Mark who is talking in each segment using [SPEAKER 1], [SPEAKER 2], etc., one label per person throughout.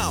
[SPEAKER 1] A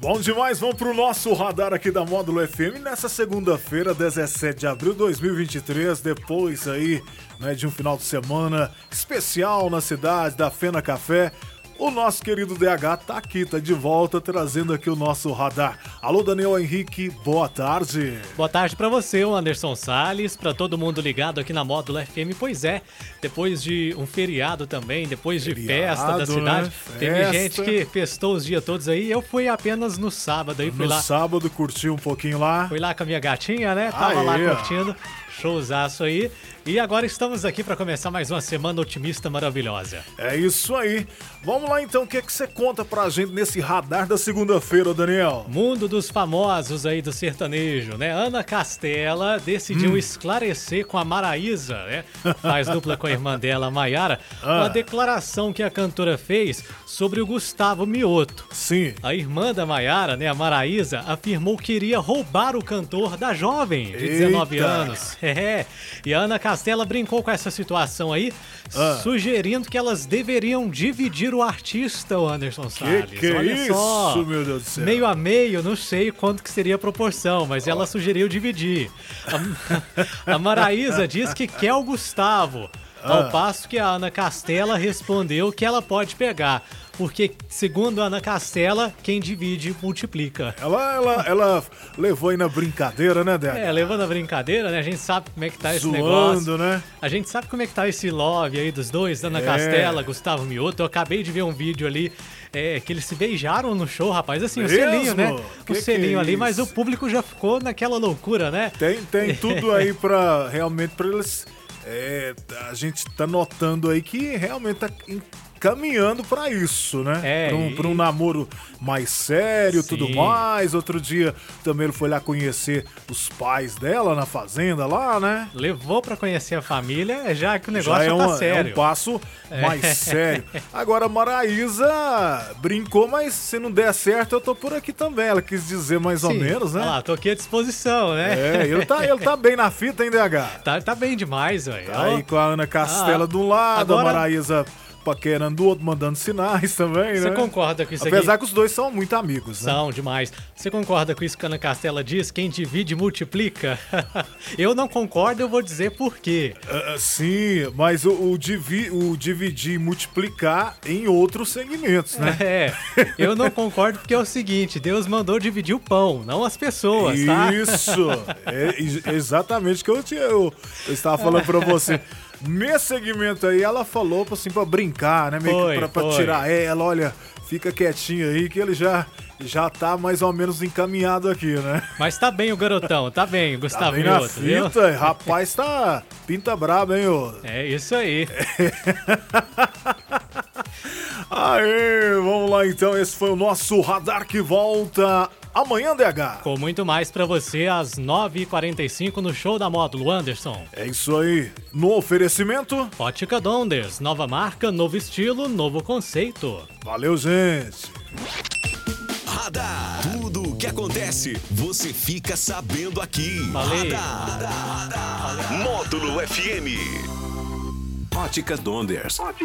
[SPEAKER 2] Bom demais, vamos pro nosso radar aqui da Módulo FM nessa segunda-feira, 17 de abril de 2023, depois aí né, de um final de semana especial na cidade da Fena Café. O nosso querido DH tá aqui, tá de volta, trazendo aqui o nosso radar. Alô, Daniel Henrique, boa tarde.
[SPEAKER 3] Boa tarde para você, o Anderson Sales, para todo mundo ligado aqui na Módulo FM. Pois é, depois de um feriado também, depois de
[SPEAKER 2] Feriado,
[SPEAKER 3] festa da cidade,
[SPEAKER 2] né?
[SPEAKER 3] teve
[SPEAKER 2] Festa.
[SPEAKER 3] gente que festou os dias todos aí. Eu fui apenas no sábado aí, fui
[SPEAKER 2] No
[SPEAKER 3] lá,
[SPEAKER 2] sábado, curtiu um pouquinho lá.
[SPEAKER 3] fui lá com a minha gatinha, né? Tava
[SPEAKER 2] Aí, ó.
[SPEAKER 3] lá curtindo, showzaço aí. E agora estamos aqui para começar mais uma semana otimista maravilhosa.
[SPEAKER 2] É isso aí. Vamos lá então, o que é que você conta pra gente nesse radar da segunda-feira, ô Daniel?
[SPEAKER 3] Mundo dos famosos aí do sertanejo, né? Ana Castela
[SPEAKER 2] Hum.
[SPEAKER 3] decidiu esclarecer com a Maraísa, né? Faz dupla com a irmã dela, a Maiara,
[SPEAKER 2] Ah.
[SPEAKER 3] uma declaração que a cantora fez sobre o Gustavo Mioto.
[SPEAKER 2] Sim.
[SPEAKER 3] A irmã da Maiara, né, a Maraísa, afirmou que iria roubar o cantor da jovem, de 19
[SPEAKER 2] Eita.
[SPEAKER 3] anos. É. E a Ana Castela brincou com essa situação aí,
[SPEAKER 2] Ah.
[SPEAKER 3] sugerindo que elas deveriam dividir o artista, o Anderson Salles.
[SPEAKER 2] que é
[SPEAKER 3] Olha
[SPEAKER 2] isso,
[SPEAKER 3] só.
[SPEAKER 2] meu Deus do céu.
[SPEAKER 3] Meio a meio, não sei quanto que seria a proporção, mas ela sugeriu dividir. A, a Maraísa diz que quer o Gustavo.
[SPEAKER 2] Ah.
[SPEAKER 3] Ao passo que a Ana Castela respondeu que ela pode pegar. Porque, segundo a Ana Castela, quem divide multiplica.
[SPEAKER 2] Ela, ela, ela levou aí na brincadeira, né, Débora?
[SPEAKER 3] É, levando a brincadeira, né? A gente sabe como é que tá esse
[SPEAKER 2] Zoando,
[SPEAKER 3] negócio.
[SPEAKER 2] né?
[SPEAKER 3] A gente sabe como é que tá esse love aí dos dois,
[SPEAKER 2] É.
[SPEAKER 3] Ana Castela, Gustavo Mioto. Eu acabei de ver um vídeo ali é, que eles se beijaram no show, rapaz. Assim, o
[SPEAKER 2] Mesmo?
[SPEAKER 3] selinho, né?
[SPEAKER 2] Que
[SPEAKER 3] o
[SPEAKER 2] que
[SPEAKER 3] selinho
[SPEAKER 2] é
[SPEAKER 3] ali, mas o
[SPEAKER 2] isso?
[SPEAKER 3] público já ficou naquela loucura, né?
[SPEAKER 2] Tem, tem tudo aí pra realmente pra eles. É, a gente tá notando aí que realmente tá em- caminhando pra isso, né?
[SPEAKER 3] É,
[SPEAKER 2] pra, um,
[SPEAKER 3] e-
[SPEAKER 2] pra um namoro mais sério, tudo
[SPEAKER 3] Sim.
[SPEAKER 2] mais. Outro dia também ele foi lá conhecer os pais dela na fazenda lá, né?
[SPEAKER 3] Levou pra conhecer a família, já que o negócio
[SPEAKER 2] Já
[SPEAKER 3] já,
[SPEAKER 2] é,
[SPEAKER 3] tá
[SPEAKER 2] uma- é
[SPEAKER 3] sério.
[SPEAKER 2] um passo mais sério. Agora, a Maraísa brincou, mas se não der certo, eu tô por aqui também. Ela quis dizer mais ou
[SPEAKER 3] Sim.
[SPEAKER 2] menos, né?
[SPEAKER 3] Olha lá, tô aqui à disposição,
[SPEAKER 2] É,
[SPEAKER 3] né?
[SPEAKER 2] ele tá, ele tá bem na fita, hein, DH?
[SPEAKER 3] Tá, tá bem demais, velho.
[SPEAKER 2] Tá Aí com a Ana Castela
[SPEAKER 3] Ah,
[SPEAKER 2] de um lado,
[SPEAKER 3] agora-
[SPEAKER 2] a Maraísa paquerando do outro, mandando sinais também, né?
[SPEAKER 3] Você concorda com isso aqui?
[SPEAKER 2] Apesar que os dois são muito amigos, né?
[SPEAKER 3] São demais. Você concorda com isso que a Ana Castela diz? Quem divide multiplica? eu não concordo, eu vou dizer por quê.
[SPEAKER 2] Ah, ah, sim, mas o, o divi- o dividir e multiplicar em outros segmentos, né?
[SPEAKER 3] É, eu não concordo porque é o seguinte: Deus mandou dividir o pão, não as pessoas, tá?
[SPEAKER 2] Isso! É ex- exatamente o que eu, tinha- eu- eu estava falando pra você. Nesse segmento aí, ela falou assim pra brincar, né? Meio que
[SPEAKER 3] Foi,
[SPEAKER 2] pra, pra
[SPEAKER 3] foi.
[SPEAKER 2] tirar ela, olha, fica quietinho aí que ele já, já tá mais ou menos encaminhado aqui, né?
[SPEAKER 3] Mas tá bem o garotão, tá bem, o
[SPEAKER 2] Tá
[SPEAKER 3] Gustavo
[SPEAKER 2] bem na
[SPEAKER 3] Mioto, viu?
[SPEAKER 2] fita, rapaz, tá pinta braba, hein, ô.
[SPEAKER 3] É isso aí.
[SPEAKER 2] Aê, vamos lá então, esse foi o nosso Radar que volta amanhã, DH.
[SPEAKER 3] Com muito mais pra você às 9h45 no show da Módulo Anderson.
[SPEAKER 2] É isso aí, no oferecimento,
[SPEAKER 3] Ótica Donders, nova marca, novo estilo, novo conceito.
[SPEAKER 2] valeu, gente.
[SPEAKER 1] Radar. Tudo o que acontece, você fica sabendo aqui.
[SPEAKER 3] Falei.
[SPEAKER 1] Radar. Módulo FM.
[SPEAKER 4] Ótica Donders.